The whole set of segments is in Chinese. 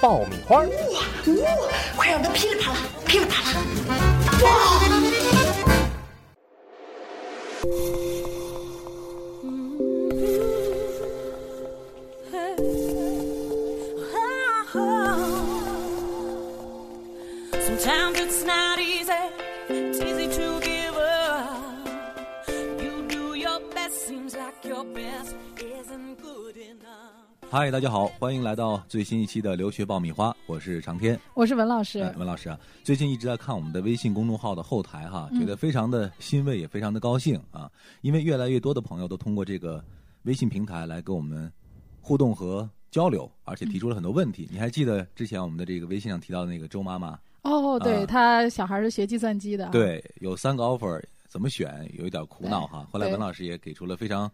爆米花》。呜、快让它噼里啪啦，噼里啪啦！ Sometimes it's not easy. It's easy to give up. You do your best, seems like your best isn't good enough. 嗨，大家好，欢迎来到最新一期的留学爆米花，我是长天，我是文老师，哎文老师啊，最近一直在看我们的微信公众号的后台哈，觉得非常的欣慰，也非常的高兴啊，因为越来越多的朋友都通过这个微信平台来跟我们互动和交流，而且提出了很多问题。你还记得之前我们的这个微信上提到的那个周妈妈？哦，对、啊他小孩是学计算机的，，对，有三个 offer 怎么选，有一点苦恼哈。后来对文老师也给出了非常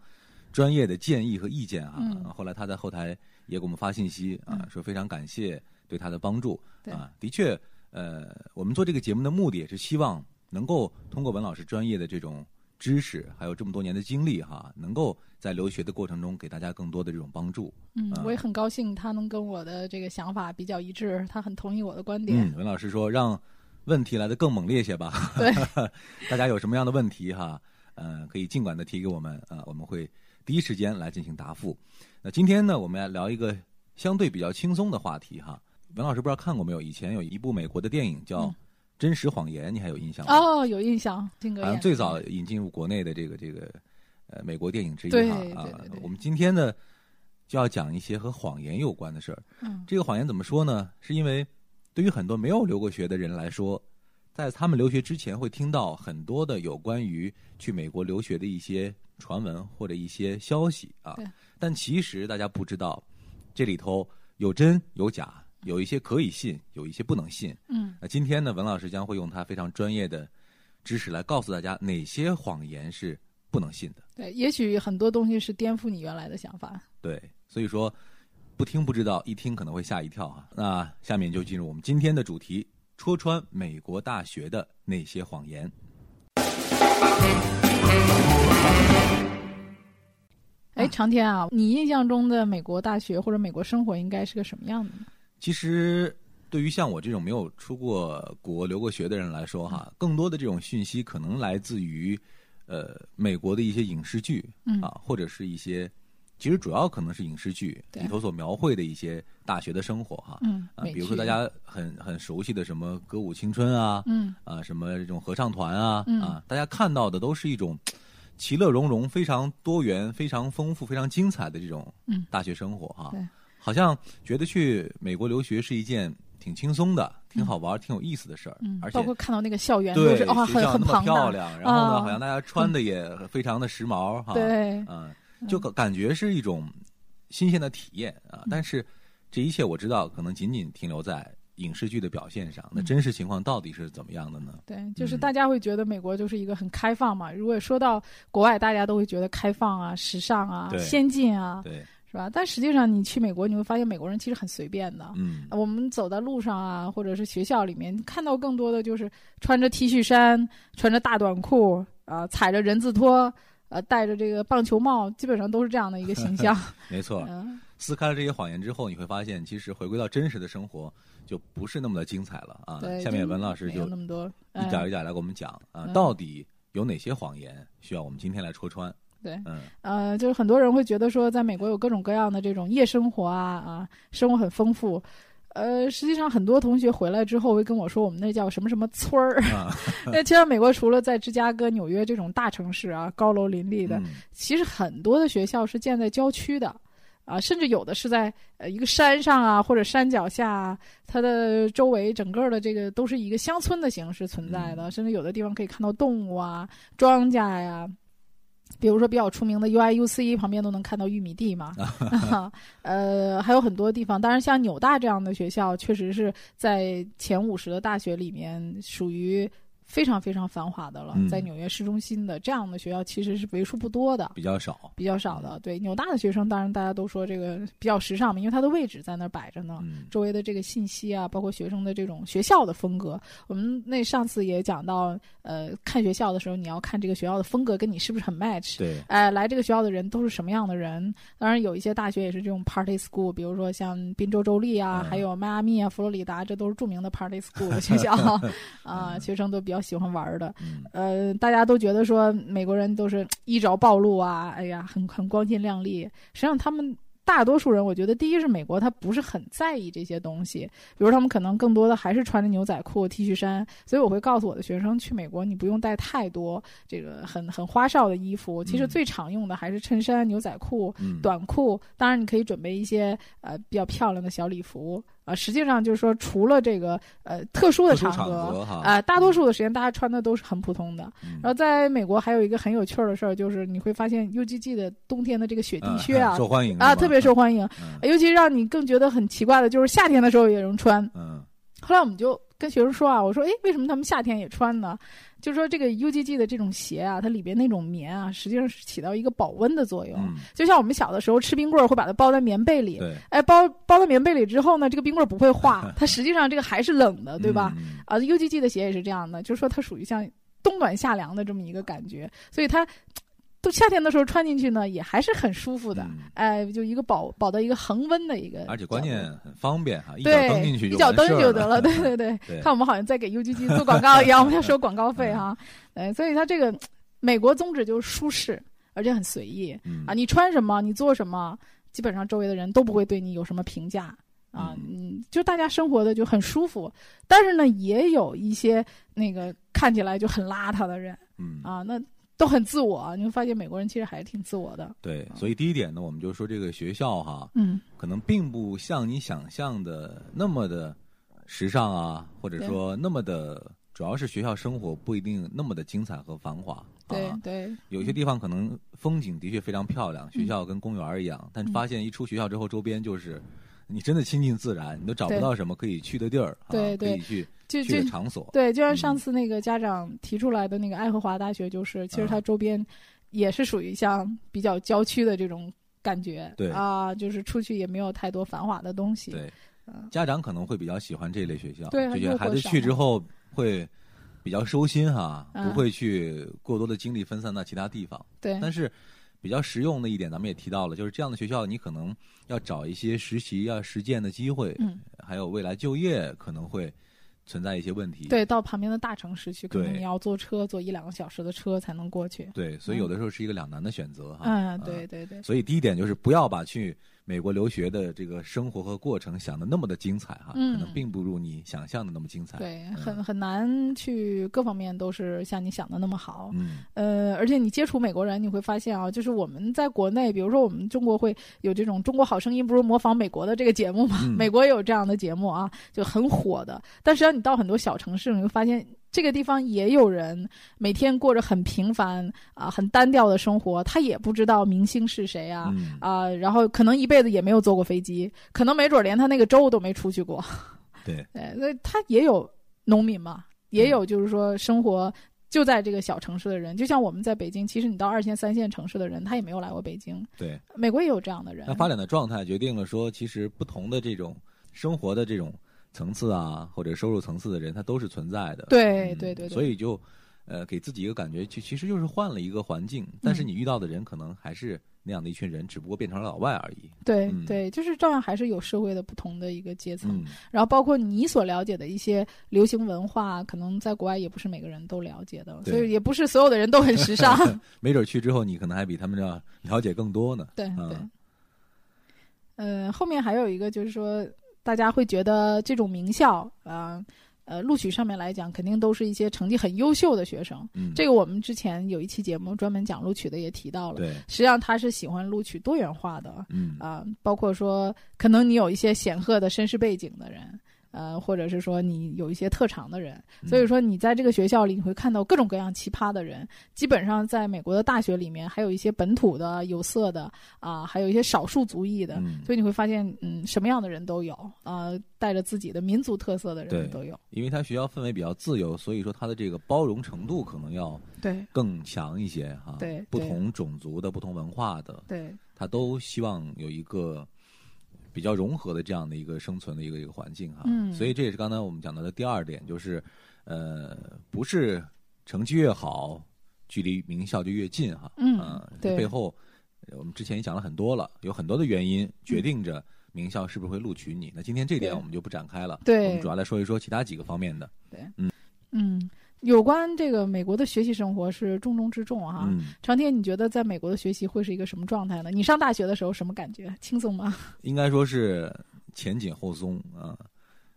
专业的建议和意见哈。嗯后来他在后台也给我们发信息啊，说非常感谢对他的帮助对啊。的确，呃，我们做这个节目的目的也是希望能够通过文老师专业的这种知识，还有这么多年的经历哈，能够在留学的过程中给大家更多的这种帮助。嗯啊，我也很高兴他能跟我的这个想法比较一致，他很同意我的观点。嗯，文老师说让问题来的更猛烈些吧。 对，大家有什么样的问题哈，呃，可以尽管的提给我们啊、呃我们会第一时间来进行答复。那今天呢，我们来聊一个相对比较轻松的话题哈。文老师不知道看过没有？以前有一部美国的电影叫《真实谎言》，你还有印象吗？嗯哦，有印象，金哥好演像的最早引进入国内的这个这个呃美国电影之一对哈对啊对对。我们今天呢就要讲一些和谎言有关的事儿。嗯这个谎言怎么说呢？是因为对于很多没有留过学的人来说，在他们留学之前会听到很多的有关于去美国留学的一些传闻或者一些消息啊对。但其实大家不知道，这里头有真有假，有一些可以信，有一些不能信。嗯那今天呢，文老师将会用他非常专业的知识来告诉大家哪些谎言是不能信的。对，也许很多东西是颠覆你原来的想法。对，所以说不听不知道，一听可能会吓一跳啊。那下面就进入我们今天的主题：戳穿美国大学的那些谎言。哎，长天啊，你印象中的美国大学或者美国生活应该是个什么样的呢？其实，对于像我这种没有出过国、留过学的人来说，哈，更多的这种讯息可能来自于，呃，美国的一些影视剧嗯啊，或者是一些，其实主要可能是影视剧对里头所描绘的一些大学的生活哈，嗯啊，美比如说剧大家很很熟悉的什么歌舞青春啊，嗯啊，什么这种合唱团啊，嗯啊，大家看到的都是一种其乐融融、非常多元、非常丰富、非常精彩的这种嗯大学生活哈、对好像觉得去美国留学是一件挺轻松的、挺好玩、挺有意思的事儿，嗯而，且包括看到那个校园都对是哦，学很校很那么庞漂大，亮，然后呢，啊好像大家穿的也非常的时髦哈，对嗯，就感感觉是一种新鲜的体验嗯啊。但是这一切我知道，可能仅仅停留在影视剧的表现上，那嗯真实情况到底是怎么样的呢？对，就是嗯大家会觉得美国就是一个很开放嘛。如果说到国外，大家都会觉得开放啊、时尚啊对、先进啊，对，是吧？但实际上，你去美国，你会发现美国人其实很随便的。嗯，我们走在路上啊，或者是学校里面，看到更多的就是穿着 T 恤衫、穿着大短裤啊、踩着人字拖，呃，戴着这个棒球帽，基本上都是这样的一个形 象。没错。嗯，撕开了这些谎言之后，你会发现，其实回归到真实的生活，就不是那么的精彩了啊。对。下面文老师没有就那么多一点哎一点来给我们讲啊，嗯到底有哪些谎言需要我们今天来戳穿？对 嗯，呃，就是很多人会觉得说，在美国有各种各样的这种夜生活啊啊，生活很丰富。呃，实际上很多同学回来之后会跟我说，我们那叫什么什么村儿。 啊，那其实美国除了在芝加哥、纽约这种大城市啊，高楼林立的，嗯其实很多的学校是建在郊区的。啊，甚至有的是在呃一个山上啊，或者山脚下、啊，它的周围整个的这个都是一个乡村的形式存在的，甚至有的地方可以看到动物啊、庄稼呀、比如说比较出名的 UIUC 旁边都能看到玉米地嘛，呃，还有很多地方。当然，像纽大这样的学校，确实是在前五十的大学里面属于非常非常繁华的了，嗯在纽约市中心的这样的学校其实是为数不多的。比较少。比较少的，对纽大的学生，当然大家都说这个比较时尚嘛，因为它的位置在那儿摆着呢。嗯，周围的这个信息啊，包括学生的这种学校的风格。我们那上次也讲到，呃，看学校的时候，你要看这个学校的风格跟你是不是很 match。对，哎，来这个学校的人都是什么样的人？当然，有一些大学也是这种 party school，比如说像宾州州立啊，嗯还有迈阿密啊、佛罗里达，这都是著名的 party school 的学校啊，学生都比较喜欢玩儿的。嗯呃，大家都觉得说美国人都是衣着暴露啊，哎呀，很很光鲜亮丽。实际上，他们大多数人，我觉得第一是美国他不是很在意这些东西，比如他们可能更多的还是穿着牛仔裤、T 恤衫。所以我会告诉我的学生，去美国你不用带太多这个很 很花哨的衣服，其实嗯最常用的还是衬衫、牛仔裤，嗯，短裤，当然你可以准备一些呃比较漂亮的小礼服啊、实际上就是说，除了这个呃特殊的特殊场场合合哈啊、大多数的时间大家穿的都是很普通的。嗯然后在美国还有一个很有趣儿的事儿，就是你会发现 UGG 的冬天的这个雪地嗯靴啊受欢迎啊特别受。受欢迎，嗯尤其让你更觉得很奇怪的就是夏天的时候也有人穿。嗯后来我们就跟学生说啊，我说，诶，为什么他们夏天也穿呢？就是说这个 UGG 的这种鞋啊，它里边那种棉啊，实际上是起到一个保温的作用。嗯，就像我们小的时候吃冰棍儿会把它包在棉被里，对，哎，包包在棉被里之后呢，这个冰棍儿不 会化，它实际上这个还是冷的，对吧？嗯？嗯啊，UGG 的鞋也是这样的，就是说它属于像冬暖夏凉的这么一个感觉，所以它都夏天的时候穿进去呢，也还是很舒服的。嗯哎，就一个保保到一个恒温的一个角度，而且关键很方便哈，一脚对，蹬进去就一脚完蹬事儿嗯就得了，对 对对。 看我们好像在给 UGG 做广告一样，我们要收广告费嗯哈。哎，所以它这个美国宗旨就是舒适，而且很随意。嗯啊，你穿什么，你做什么，基本上周围的人都不会对你有什么评价啊，嗯，就大家生活的就很舒服。但是呢，也有一些那个看起来就很邋遢的人嗯啊，那都很自我，你会发现美国人其实还是挺自我的，对，所以第一点呢，我们就说这个学校哈，嗯，可能并不像你想象的那么的时尚啊，或者对说那么的，主要是学校生活不一定那么的精彩和繁华。对嗯啊、对，有些地方可能风景的确非常漂亮，嗯学校跟公园儿一样，但发现一出学校之后，周边就是。你真的亲近自然，你都找不对到什么可以去的地儿，啊对对可以去就去就的场所，对，就像嗯上次那个家长提出来的那个爱荷华大学，就是其实嗯它周边也是属于像比较郊区的这种感觉，对啊，就是出去也没有太多繁华的东西，对嗯，家长可能会比较喜欢这类学校，对就觉得诱惑孩子少去之后会比较收心哈、嗯不会去过多的精力分散到其他地方。对但是比较实用的一点，咱们也提到了，就是这样的学校，你可能要找一些实习啊、实践的机会，嗯还有未来就业可能会存在一些问题。对，到旁边的大城市去，可能对你要坐车，坐一两个小时的车才能过去。对，所以嗯有的时候是一个两难的选择哈。嗯，对对对，所以第一点就是不要把去美国留学的这个生活和过程想的那么的精彩哈，嗯可能并不如你想象的那么精彩。对，嗯很很难去各方面都是像你想的那么好。嗯呃，而且你接触美国人，你会发现啊，就是我们在国内，比如说我们中国会有这种《中国好声音》，不是模仿美国的这个节目吗？嗯 美国也有这样的节目啊，就很火的。但实际上你到很多小城市，你会发现这个地方也有人每天过着很平凡啊、很单调的生活，他也不知道明星是谁啊，嗯啊、然后可能一辈子也没有坐过飞机，可能没准儿连他那个州都没出去过。 对， 对，那他也有农民嘛，也有就是说生活就在这个小城市的人，就像我们在北京，其实你到二线、三线城市的人，他也没有来过北京。对。美国也有这样的人那，发展的状态决定了说，其实不同的这种生活的这种层次啊，或者收入层次的人，他都是存在的。对嗯对对对，所以就呃，给自己一个感觉，其其实就是换了一个环境，但嗯是你遇到的人可能还是那样的一群人，只不过变成了老外而已。对嗯对，就是照样还是有社会的不同的一个阶层。嗯，然后包括你所了解的一些流行文化，可能在国外也不是每个人都了解的，对所以也不是所有的人都很 时尚。没准去之后，你可能还比他们要了解更多呢。对嗯对。呃，后面还有一个就是说，大家会觉得这种名校啊，呃，录取上面来讲，肯定都是一些成绩很优秀的学生。嗯，这个我们之前有一期节目专门讲录取的，也提到了。对，实际上他是喜欢录取多元化的呃嗯，啊、包括说可能你有一些显赫的身世背景的人。呃，或者是说你有一些特长的人，嗯所以说你在这个学校里，你会看到各种各样奇葩的人。基本上在美国的大学里面，还有一些本土的、有色的啊、还有一些少数族裔的，嗯，所以你会发现，嗯，什么样的人都有啊、带着自己的民族特色的对人都有。因为他学校氛围比较自由，所以说他的这个包容程度可能要对更强一些哈。对对不同种族的、不同文化的，对他都希望有一个比较融合的这样的一个生存的一个一个环境哈。嗯所以这也是刚才我们讲到的第二点，就是呃，不是成绩越好，距离名校就越近哈。嗯啊这对背后呃我们之前也讲了很多了，有很多的原因决定着名校是不是会录取你。那今天这点嗯对我们就不展开了，对我们主要来说一说其他几个方面的。嗯，有关这个美国的学习生活是重中之重啊。嗯，长天，你觉得在美国的学习会是一个什么状态呢？你上大学的时候什么感觉？轻松吗？应该说是前紧后松啊。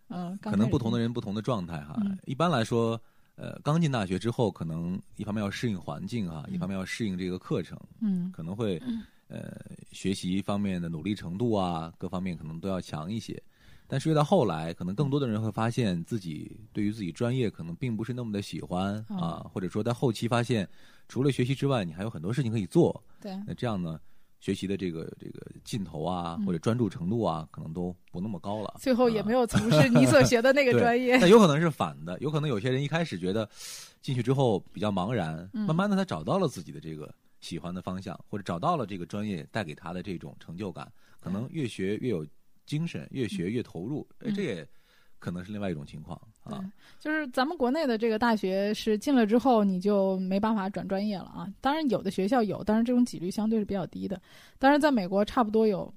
嗯，刚可能开不始同的人不同的状态哈。嗯一般来说，呃，刚进大学之后，可能一方面要适应环境哈，一方面要适应这个课程，嗯可能会呃学习方面的努力程度啊，各方面可能都要强一些。但是越到后来，可能更多的人会发现自己对于自己专业可能并不是那么的喜欢哦啊，或者说在后期发现，除了学习之外，你还有很多事情可以做。对那这样呢，学习的这个这个劲头啊，嗯或者专注程度啊，可能都不那么高了。最后也啊没有从事你所学的那个 对专业。但有可能是反的，有可能有些人一开始觉得进去之后比较茫然，嗯慢慢的他找到了自己的这个喜欢的方向，或者找到了这个专业带给他的这种成就感，可能越学越有精神，越嗯学越投入，哎，这也可能是另外一种情况啊。就是咱们国内的这个大学是进了之后你就没办法转专业了啊。当然有的学校有，但是这种几率相对是比较低的。当然在美国差不多有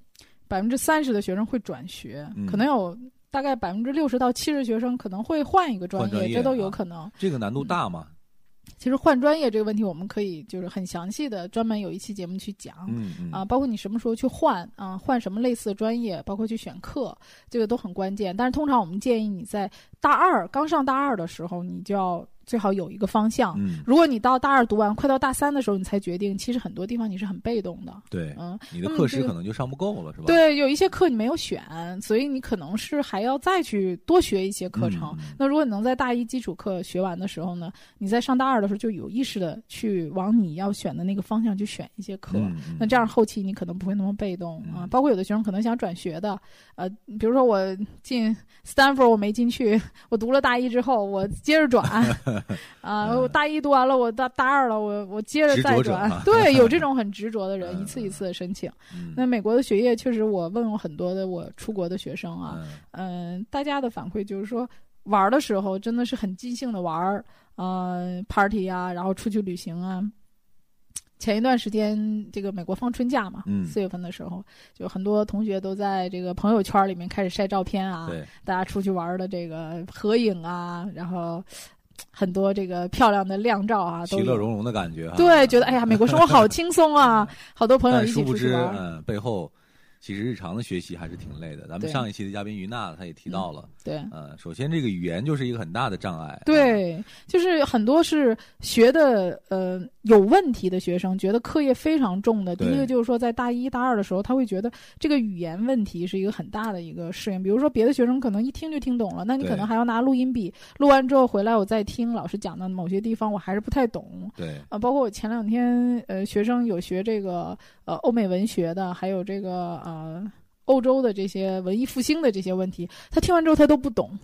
百分之三十的学生会转学，嗯可能有大概百分之六十到七十学生可能会换一个专换专业这都有啊可能。这个难度大吗？其实换专业这个问题，我们可以就是很详细的专门有一期节目去讲。嗯嗯啊，包括你什么时候去换啊，换什么类似的专业，包括去选课，这个都很关键。但是通常我们建议你在大二刚上大二的时候，你就要最好有一个方向。嗯，如果你到大二读完，快到大三的时候，你才决定，其实很多地方你是很被动的。对，嗯，你的那么课这时个可能就上不够了，是吧？对，有一些课你没有选，所以你可能是还要再去多学一些课程。嗯嗯那如果你能在大一基础课学完的时候呢，你在上大二的时候就有意识的去往你要选的那个方向去选一些课。嗯，嗯那这样后期你可能不会那么被动啊嗯。包括有的学生可能想转学的，呃，比如说我进 Stanford 我没进去， 我读了大一之后我接 着转啊，我大一读完了，我大大二了，我我接着嗯执着再者转啊。 对，有这种很执着的人，嗯一次一次的申请。嗯那美国的学业确实，我问过很多的我出国的学生啊，嗯嗯，大家的反馈就是说，玩儿的时候真的是很尽兴的玩儿，呃，party 啊，然后出去旅行啊。前一段时间，这个美国放春假嘛，嗯四月份的时候，就很多同学都在这个朋友圈里面开始晒照片啊，对，大家出去玩儿的这个合影啊，然后很多这个漂亮的靓照啊，其都乐有。融融的感觉啊。嗯对，觉得哎呀，美国生活好轻松啊，好多朋友但一起殊不出去知，玩儿，嗯，背后其实日常的学习还是挺累的。咱们对嗯上一期的嘉宾于娜她也提到了，对。呃，首先这个语言就是一个很大的障碍。嗯，对，就是很多是学的呃有问题的学生，觉得课业非常重的。第对一个就是说，在大一大二的时候，他会觉得这个语言问题是一个很大的一个试验。比如说，别的学生可能一听就听懂了，那你对可能还要拿录音笔录完之后回来，我再听老师讲的某些地方，我还是不太懂。对，啊，包括我前两天呃，学生有学这个呃欧美文学的，还有这个呃欧洲的这些文艺复兴的这些问题，他听完之后他都 不懂，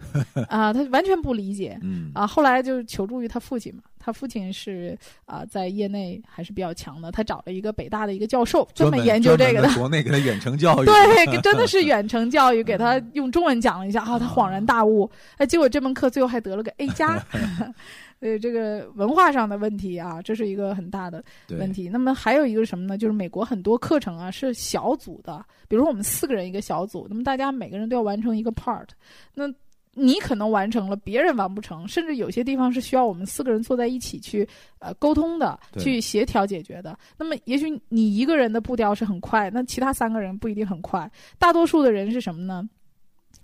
啊、他完全不理解。嗯，啊，后来就是求助于他父亲嘛，他父亲是啊、在业内还是比较强的，他找了一个北大的一个教授，专专门研究这个专的门。国内给他远程教育，嗯对，给真的是远程教育，给他用中文讲了一下啊，他恍然大悟，哎，结果这门课最后还得了个 A 加，呃，这个文化上的问题啊，这是一个很大的对问题。那么还有一个是什么呢？就是美国很多课程啊是小组的，比如说我们四个人一个小组，那么大家每个人都要完成一个 part，那。你可能完成了，别人完不成，甚至有些地方是需要我们四个人坐在一起去呃沟通的，对去协调解决的。那么，也许你一个人的步调是很快，那其他三个人不一定很快。大多数的人是什么呢？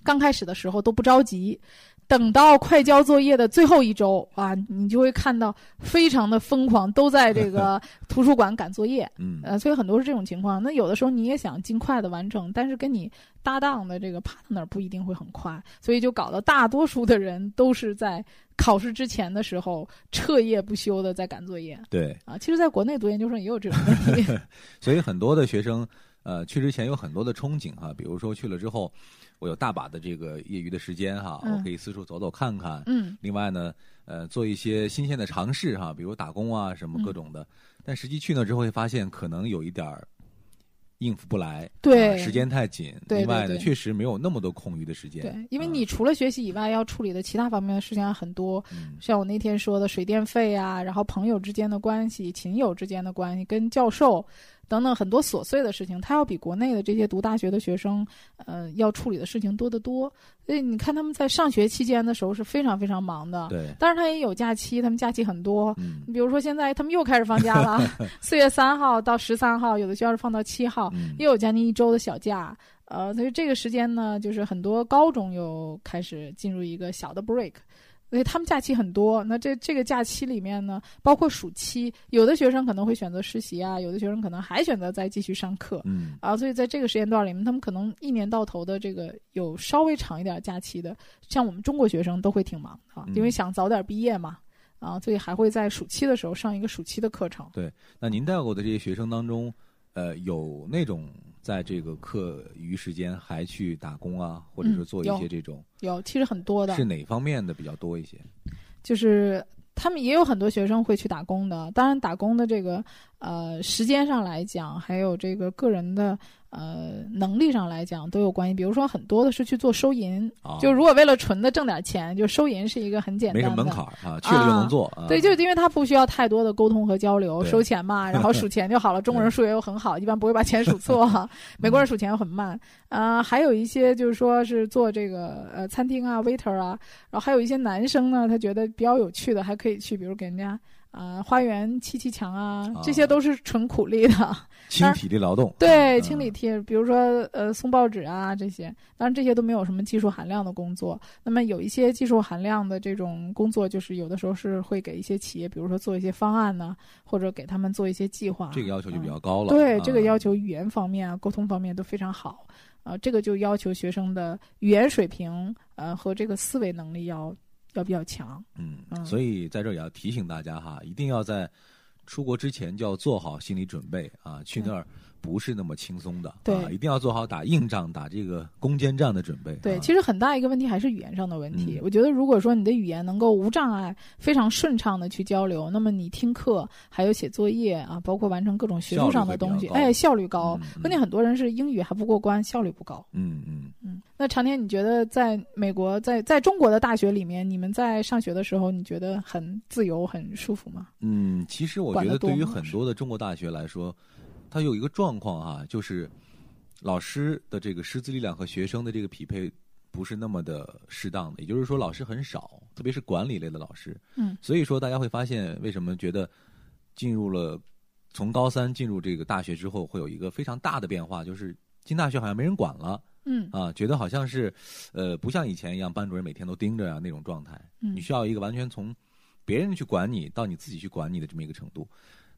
刚开始的时候都不着急，等到快交作业的最后一周啊，你就会看到非常的疯狂，都在这个图书馆赶作业。嗯，呃，所以很多是这种情况。那有的时候你也想尽快的完成，但是跟你搭档的这个 partner 不一定会很快，所以就搞得大多数的人都是在考试之前的时候彻夜不休的在赶作业对，啊。其实，在国内读研究生也有这种问题。 所以很多的学生，呃，去之前有很多的憧憬哈，比如说去了之后，我有大把的这个业余的时间哈，嗯我可以四处走走看看。 嗯，另外呢，呃，做一些新鲜的尝试哈，比如打工啊什嗯么各种的。但实际去那之后会发现，可能有一点儿应付不来，对啊时间太紧。对对另外呢，对确实没有那么多空余的时间。对，因为啊你除了学习以外，要处理的其他方面的事情还很多，嗯像我那天说的水电费啊，然后朋友之间的关系、琴友之间的关系、跟教授等等很多琐碎的事情，他要比国内的这些读大学的学生，呃，要处理的事情多得多。所以你看他们在上学期间的时候是非常非常忙的，对，当然他也有假期，他们假期很多。嗯你比如说现在他们又开始放假了，四月三号到十三号，有的学校是放到七号，嗯，又有将近一周的小假，呃，所以这个时间呢，就是很多高中又开始进入一个小的 break，所以他们假期很多。那这这个假期里面呢，包括暑期，有的学生可能会选择实习啊，有的学生可能还选择再继续上课。嗯啊，所以在这个时间段里面，他们可能一年到头的这个有稍微长一点假期的，像我们中国学生都会挺忙的啊，因为嗯想早点毕业嘛，啊，所以还会在暑期的时候上一个暑期的课程。那您带过的这些学生当中，呃，有那种在这个课余时间还去打工啊，或者嗯是做有一些这种，有，其实很多的。是哪方面的比较多一些？就是他们也有很多学生会去打工的。当然，打工的这个呃时间上来讲，还有这个个人的呃能力上来讲都有关系。比如说，很多的是去做收银，啊，就如果为了纯的挣点钱，就收银是一个很简没单什的么门槛儿啊，去了就能做啊。对，就是因为他不需要太多的沟通和交流，对收钱嘛，然 后数钱就好了。中国人数学又很好，一般不会把钱数错。美嗯国人数钱又很慢，呃，还有一些就是说是做这个呃餐厅啊，waiter 啊，然后还有一些男生呢，他觉得比较有趣的，还可以去，比如给人家啊、呃花园砌砌墙啊啊，这些都是纯苦力的。轻体力劳动。对，嗯清理贴，比如说呃送报纸啊这些，当然这些都没有什么技术含量的工作。那么有一些技术含量的这种工作，就是有的时候是会给一些企业，比如说做一些方案呢、或者给他们做一些计划。这个要求就比嗯较高了。对、啊这个要求语言方面啊、沟通方面都非常好。呃，这个就要求学生的语言水平呃和这个思维能力要要比较强。嗯，嗯所以在这儿也要提醒大家哈，一定要在出国之前就要做好心理准备啊，去那儿不是那么轻松的，对啊，一定要做好打硬仗、打这个攻坚战的准备。对，啊其实很大一个问题还是语言上的问题。嗯我觉得，如果说你的语言能够无障碍、非常顺畅的去交流，那么你听课、还有写作业啊，包括完成各种学术上的东西，效率会比较高哎，效率高。嗯嗯关键很多人是英语还不过关，效率不高。嗯嗯，嗯，那常天，你觉得在美国，在在中国的大学里面，你们在上学的时候，你觉得很自由、很舒服吗？嗯，其实我管觉得得对多于吗很是多的中国大学来说，它有一个状况哈、就是老师的这个师资力量和学生的这个匹配不是那么的适当的，也就是说老师很少，特别是管理类的老师。嗯，所以说大家会发现，为什么觉得进入了从高三进入这个大学之后，会有一个非常大的变化，就是进大学好像没人管了嗯啊，觉得好像是呃不像以前一样，班主任每天都盯着啊那种状态。嗯你需要一个完全从别人去管你到你自己去管你的这么一个程度。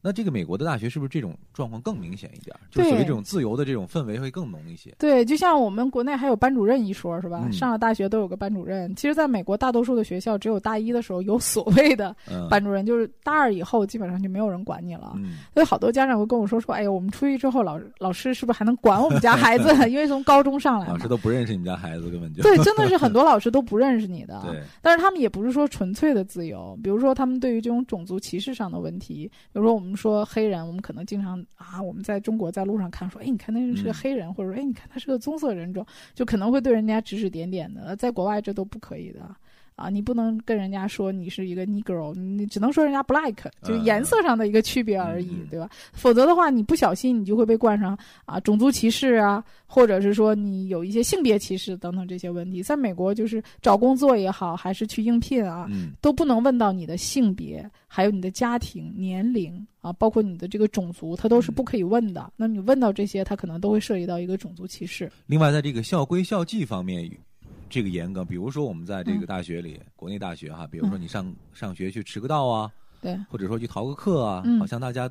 那这个美国的大学是不是这种状况更明显一点儿？就是所谓对这种自由的这种氛围会更浓一些。对，就像我们国内还有班主任一说，是吧？嗯上了大学都有个班主任。其实，在美国，大多数的学校只有大一的时候有所谓的嗯，班主任，就是大二以后基本上就没有人管你了。嗯，所以好多家长会跟我说说，哎呀，我们出去之后老老师是不是还能管我们家孩子？ 因为从高中上来老嘛师。都不认识你们家孩子，根本就对，真的是很多老师都不认识你的， 对但是他们也不是说纯粹的自由，比如说他们对于这种种族歧视上的问题，比如说我们说黑人，我们可能经常啊，我们在中国在路上看说，哎，你看那人是个嗯黑人，或者说哎，你看他是个棕色人种，就可能会对人家指指点点的，在国外这都不可以的。啊，你不能跟人家说你是一个 Negro，你只能说人家 Black，就是嗯颜色上的一个区别而已，嗯嗯对吧？否则的话，你不小心你就会被冠上啊种族歧视啊，或者是说你有一些性别歧视等等这些问题，在美国就是找工作也好，还是去应聘啊，嗯都不能问到你的性别，还有你的家庭、年龄啊，包括你的这个种族，他都是嗯不可以问的。那你问到这些，他可能都会涉及到一个种族歧视。另外，在这个校规校纪方面，这个严格。比如说我们在这嗯个大学里，国内大学哈，比如说你上、上学去迟个到啊，对，或者说去逃个课啊，嗯好像大家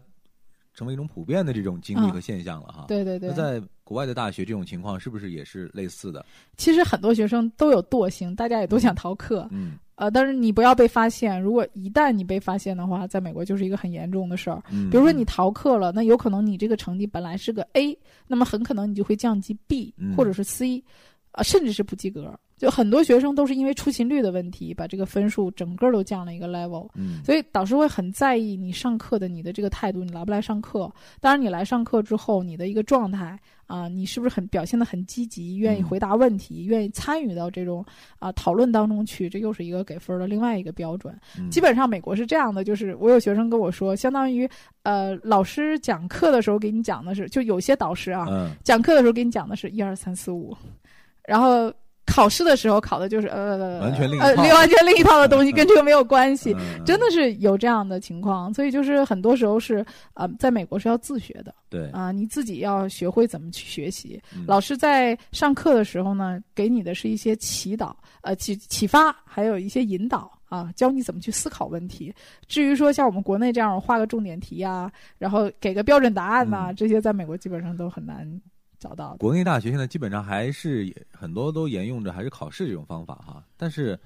成为一种普遍的这种经历嗯和现象了哈。对对对啊那。在国外的大学，这种情况是不是也是类似的？其实很多学生都有惰性，大家也都想逃课，嗯呃，但是你不要被发现。如果一旦你被发现的话，在美国就是一个很严重的事儿。嗯，比如说你逃课了，那有可能你这个成绩本来是个 A，那么很可能你就会降级 B 嗯或者是 C，啊、甚至是不及格。就很多学生都是因为出勤率的问题，把这个分数整个都降了一个 level。嗯所以导师会很在意你上课的你的这个态度，你来不来上课？当然，你来上课之后，你的一个状态啊、你是不是很表现的很积极，愿意嗯回答问题，愿意参与到这种啊、讨论当中去？这又是一个给分儿的另外一个标准。嗯基本上美国是这样的，就是我有学生跟我说，相当于呃，老师讲课的时候给你讲的是，就有些导师啊，嗯讲课的时候给你讲的是一二三四五，然后考试的时候考的就是呃，完全另一呃，套完全另一套的东西，嗯跟这个没有关系。嗯真的是有这样的情况，所以就是很多时候是，呃，在美国是要自学的对，啊、你自己要学会怎么去学习。嗯老师在上课的时候呢，给你的是一些祈祷，呃，启启发，还有一些引导啊，教你怎么去思考问题。至于说像我们国内这样画个重点题啊，然后给个标准答案呐、嗯这些在美国基本上都很难找到的。国内大学现在基本上还是也很多都沿用着还是考试这种方法哈，但是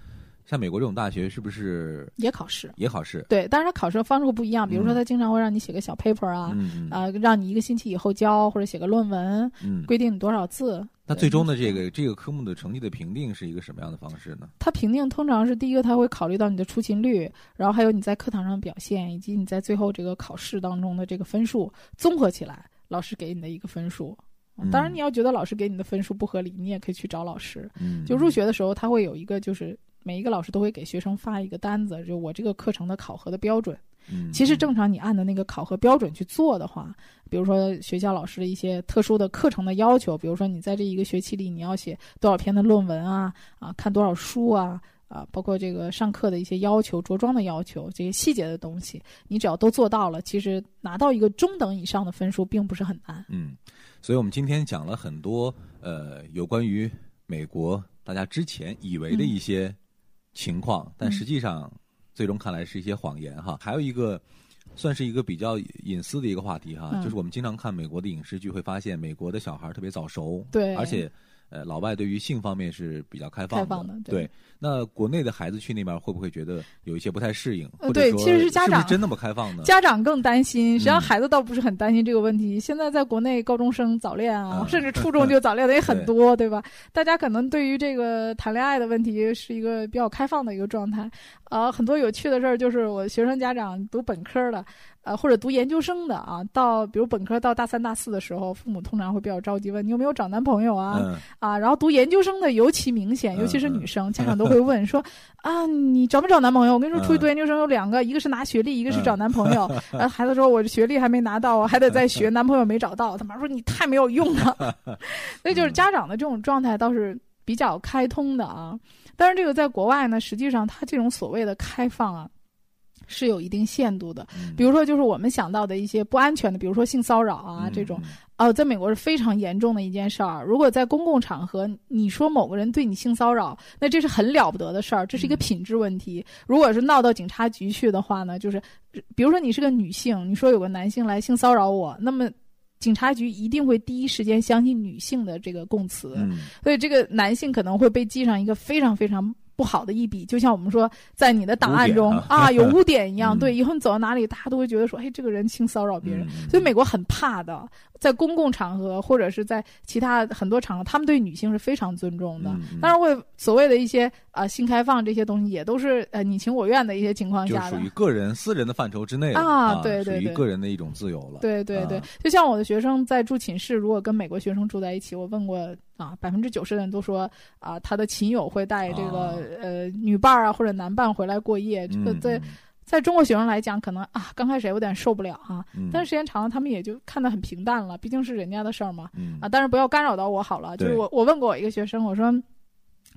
像美国这种大学是不是也考试，也考试？对，但是它考试的方式不一样，比如说嗯他经常会让你写个小 paper 啊，嗯嗯啊，让你一个星期以后交，或者写个论文，嗯，规定你多少字。那最终的这个这个科目的成绩的评定是一个什么样的方式呢？它评定通常是第一个，它会考虑到你的出勤率，然后还有你在课堂上的表现，以及你在最后这个考试当中的这个分数，综合起来，老师给你的一个分数。嗯当然，你要觉得老师给你的分数不合理，你也可以去找老师。嗯，就入学的时候，他会有一个，就是每一个老师都会给学生发一个单子，就我这个课程的考核的标准。嗯，其实正常你按的那个考核标准去做的话，比如说学校老师的一些特殊的课程的要求，比如说你在这一个学期里你要写多少篇的论文啊，啊，看多少书啊。啊，包括这个上课的一些要求、着装的要求，这些细节的东西，你只要都做到了，其实拿到一个中等以上的分数并不是很难。嗯，所以我们今天讲了很多呃有关于美国大家之前以为的嗯一些情况，但实际上最终看来是一些谎言哈。还有一个算是一个比较隐私的一个话题哈，嗯就是我们经常看美国的影视剧，会发现美国的小孩儿特别早熟，对而且。呃，老外对于性方面是比较开放的，开放的对对那国内的孩子去那边儿会不会觉得有一些不太适应？呃或者对说其实是家不长真那么开放呢？家长更担心，实际上嗯孩子倒不是很担心这个问题。现在在国内，高中生早恋啊，嗯甚至初中就早恋的也很多，对吧？大家可能对于这个谈恋爱的问题是一个比较开放的一个状态。呃，很多有趣的事儿就是，我学生家长读本科的，呃，或者读研究生的啊，到比如本科到大三、大四的时候，父母通常会比较着急问你有没有找男朋友啊，嗯，啊，然后读研究生的尤其明显，嗯尤其是女生，家长都会问说啊，你找没找男朋友？我跟你说，出去读嗯研究生有两个，一个是拿学历，一个是找男朋 友。然后孩子说，我这学历还没拿到，啊我还得再学，男朋友没找到。他妈说你太没有用了。 所以嗯就是家长的这种状态倒是比较开通的啊。但是这个在国外呢，实际上它这种所谓的开放啊，是有一定限度的。嗯比如说，就是我们想到的一些不安全的，比如说性骚扰啊、这种，嗯哦，在美国是非常严重的一件事儿。啊如果在公共场合你说某个人对你性骚扰，那这是很了不得的事儿，这是一个嗯品质问题。如果是闹到警察局去的话呢，就是比如说你是个女性，你说有个男性来性骚扰我，那么警察局一定会第一时间相信女性的这个供词。嗯所以这个男性可能会被记上一个非常非常不好的一笔，就像我们说，在你的档案中污点啊有污点一样。 嗯对，以后你走到哪里，大家都会觉得说，哎，这个人性骚扰别人。嗯所以美国很怕的，在公共场合或者是在其他很多场合，他们对女性是非常尊重的。嗯嗯当然会所谓的一些啊、呃性开放这些东西，也都是呃你情我愿的一些情况就下属的。于个人私人的范畴之内了啊啊，对对属于对个人的一种自由了。对对对啊，就像我的学生在住寝室，如果跟美国学生住在一起，我问过啊，百分之九十的人都说啊，他的亲友会带这个、啊呃女伴儿啊或者男伴回来过夜。这个嗯在、在中国学生来讲，可能啊刚开始有点受不了啊，嗯但是时间长了，他们也就看得很平淡了，毕竟是人家的事儿嘛。嗯啊，但是不要干扰到我好了。就是对我我问过我一个学生，我说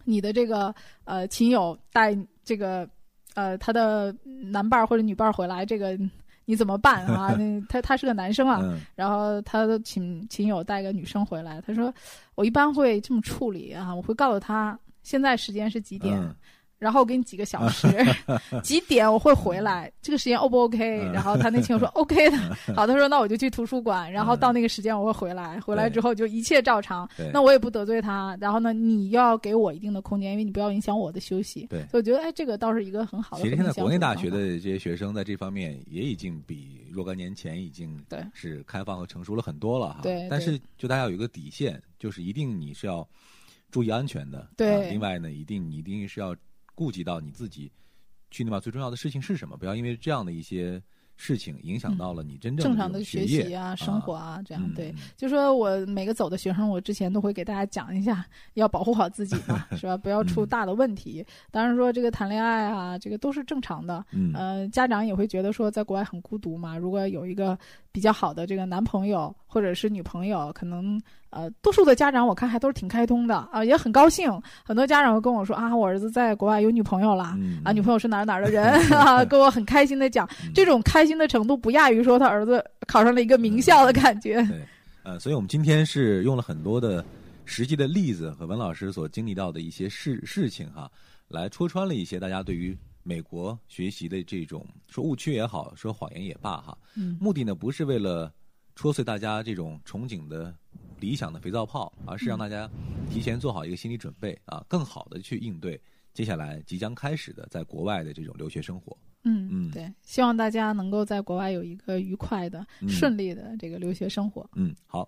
你的这个呃亲友带这个呃他的男伴儿或者女伴儿回来，这个你怎么办啊？ 那他他是个男生啊，嗯然后他的亲亲友带个女生回来，他说我一般会这么处理啊，我会告诉他现在时间是几点？嗯然后我给你几个小时，啊 几点我会回来？这个时间 O 不 OK？嗯然后他 那亲友说 OK 的，好，他说那我就去图书馆，然后到那个时间我会回来，回来之后就一切照常对，那我也不得罪他。然后呢，你要给我一定的空间，因为你不要影响我的休息。对所以我觉得哎，这个倒是一个很好的。其实现在国内大学的，这些学生在这方面也已经比若干年前已经对是开放和成熟了很多了哈。对但对是就大家有一个底线，就是一定你是要注意安全的。对啊另外呢，一定你一定是要顾及到你自己去那把最重要的事情是什么，不要因为这样的一些事情影响到了你真正正这常种的学学业习啊、生活啊，这样嗯对嗯。就说我每个走的学生，我之前都会给大家讲一下， 要保护好自己嘛，是吧？不要出嗯大的问题。当然说这个谈恋爱啊，这个都是正常的。嗯，呃，家长也会觉得说在国外很孤独嘛，如果有一个比较好的这个男朋友或者是女朋友，可能呃，多数的家长我看还都是挺开通的啊、也很高兴。很多家长会跟我说啊，我儿子在国外有女朋友啦。嗯啊，女朋友是哪儿哪儿的人 啊，跟我很开心的讲，这种开心的程度不亚于说他儿子考上了一个名校嗯的感觉。呃，所以我们今天是用了很多的实际的例子和文老师所经历到的一些事事情哈，来戳穿了一些大家对于美国学习的这种说误区也好，说谎言也罢哈，嗯目的呢不是为了戳碎大家这种憧憬的理想的肥皂泡，而是让嗯大家提前做好一个心理准备啊，更好的去应对接下来即将开始的在国外的这种留学生活。嗯嗯，对，希望大家能够在国外有一个愉快的、嗯顺利的这个留学生活。嗯，好。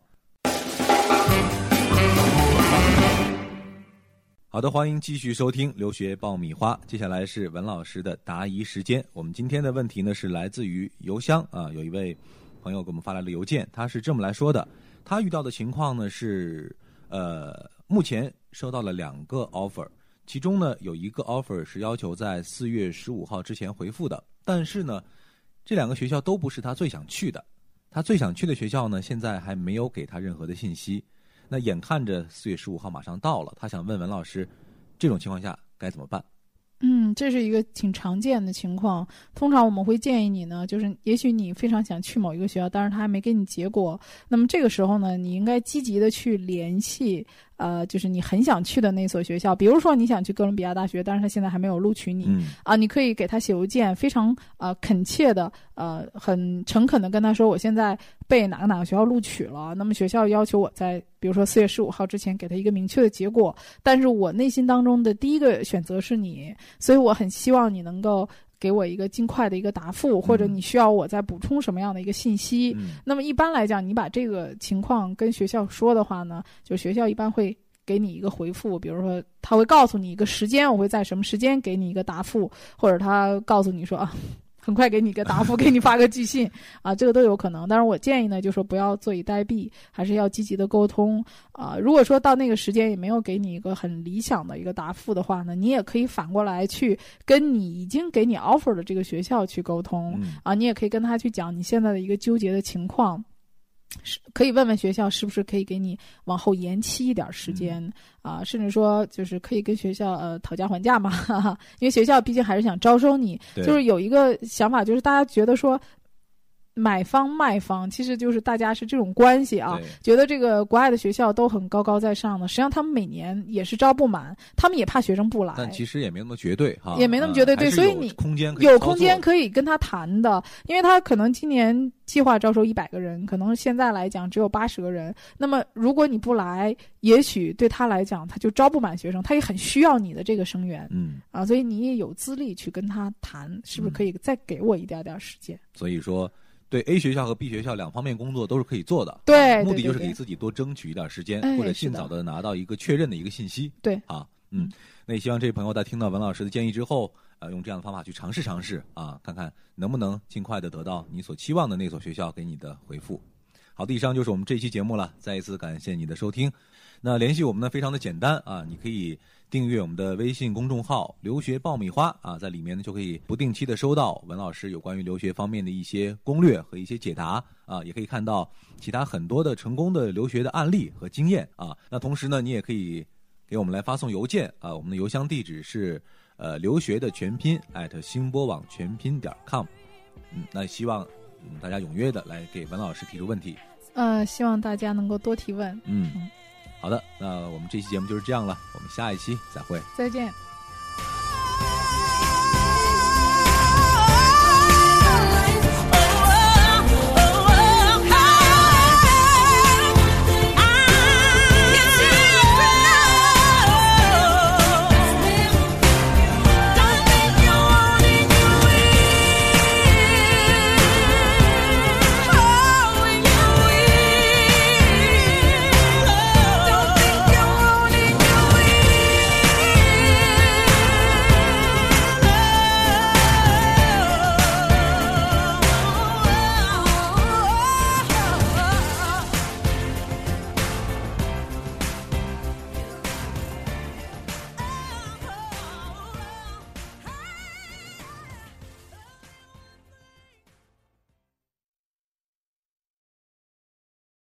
好的，欢迎继续收听《留学爆米花》。接下来是文老师的答疑时间。我们今天的问题呢是来自于邮箱啊，有一位朋友给我们发来了邮件，他是这么来说的：他遇到的情况呢是，呃，目前收到了两个 offer，其中呢有一个 offer 是要求在四月十五号之前回复的，但是呢，这两个学校都不是他最想去的。他最想去的学校呢，现在还没有给他任何的信息。那眼看着四月十五号马上到了，他想问文老师，这种情况下该怎么办？嗯，这是一个挺常见的情况。通常我们会建议你呢，就是也许你非常想去某一个学校，但是他还没给你结果，那么这个时候呢，你应该积极的去联系，呃，就是你很想去的那所学校。比如说你想去哥伦比亚大学，但是他现在还没有录取你，嗯啊，你可以给他写邮件，非常呃恳切的，呃很诚恳的跟他说，我现在被哪个哪个学校录取了，那么学校要求我在比如说四月十五号之前给他一个明确的结果，但是我内心当中的第一个选择是你，所以我很希望你能够。给我一个尽快的一个答复，或者嗯你需要我再补充什么样的一个信息？嗯那么一般来讲，你把这个情况跟学校说的话呢，就学校一般会给你一个回复，比如说他会告诉你一个时间，我会在什么时间给你一个答复，或者他告诉你说啊。 很快给你一个答复，给你发个拒信啊，这个都有可能。但是我建议呢，就说不要坐以待毙，还是要积极的沟通啊。如果说到那个时间也没有给你一个很理想的一个答复的话呢，你也可以反过来去跟你已经给你 offer 的这个学校去沟通，嗯啊，你也可以跟他去讲你现在的一个纠结的情况，是可以问问学校是不是可以给你往后延期一点儿时间、嗯啊，甚至说就是可以跟学校呃讨价还价嘛， 哈哈，因为学校毕竟还是想招收你，对就是有一个想法，就是大家觉得说。买方卖方其实就是大家是这种关系啊，对觉得这个国外的学校都很高高在上的，实际上他们每年也是招不满，他们也怕学生不来。但其实也没那么绝对哈，哎也没那么绝对啊还对是所以有你空间可以有操空间作可以跟他谈的，因为他可能今年计划招收一百个人，可能现在来讲只有八十个人。那么如果你不来，也许对他来讲他就招不满学生，他也很需要你的这个生源嗯，啊，所以你也有资历去跟他谈，是不是可以再给我一点点时间？所以说对 A 学校和 B 学校两方面工作都是可以做的，对对目的就是对给自己多争取一点时间，哎或者是尽的早的拿到一个确认的一个信息。对啊，嗯，那也希望这位朋友在听到文老师的建议之后，呃，用这样的方法去尝试尝试啊，看看能不能尽快的得到你所期望的那所学校给你的回复。好的，以上就是我们这期节目了，再一次感谢你的收听。那联系我们呢，非常的简单啊，你可以订阅我们的微信公众号“留学爆米花”啊，在里面呢就可以不定期的收到文老师有关于留学方面的一些攻略和一些解答啊，也可以看到其他很多的成功的留学的案例和经验啊。那同时呢，你也可以给我们来发送邮件啊，我们的邮箱地址是呃留学的全拼艾特星播网全拼点儿 com，嗯，那希望嗯嗯大家踊跃的来给文老师提出问题，呃，希望大家能够多提问。嗯，好的，那我们这期节目就是这样了，我们下一期再会。再见。Oh, oh,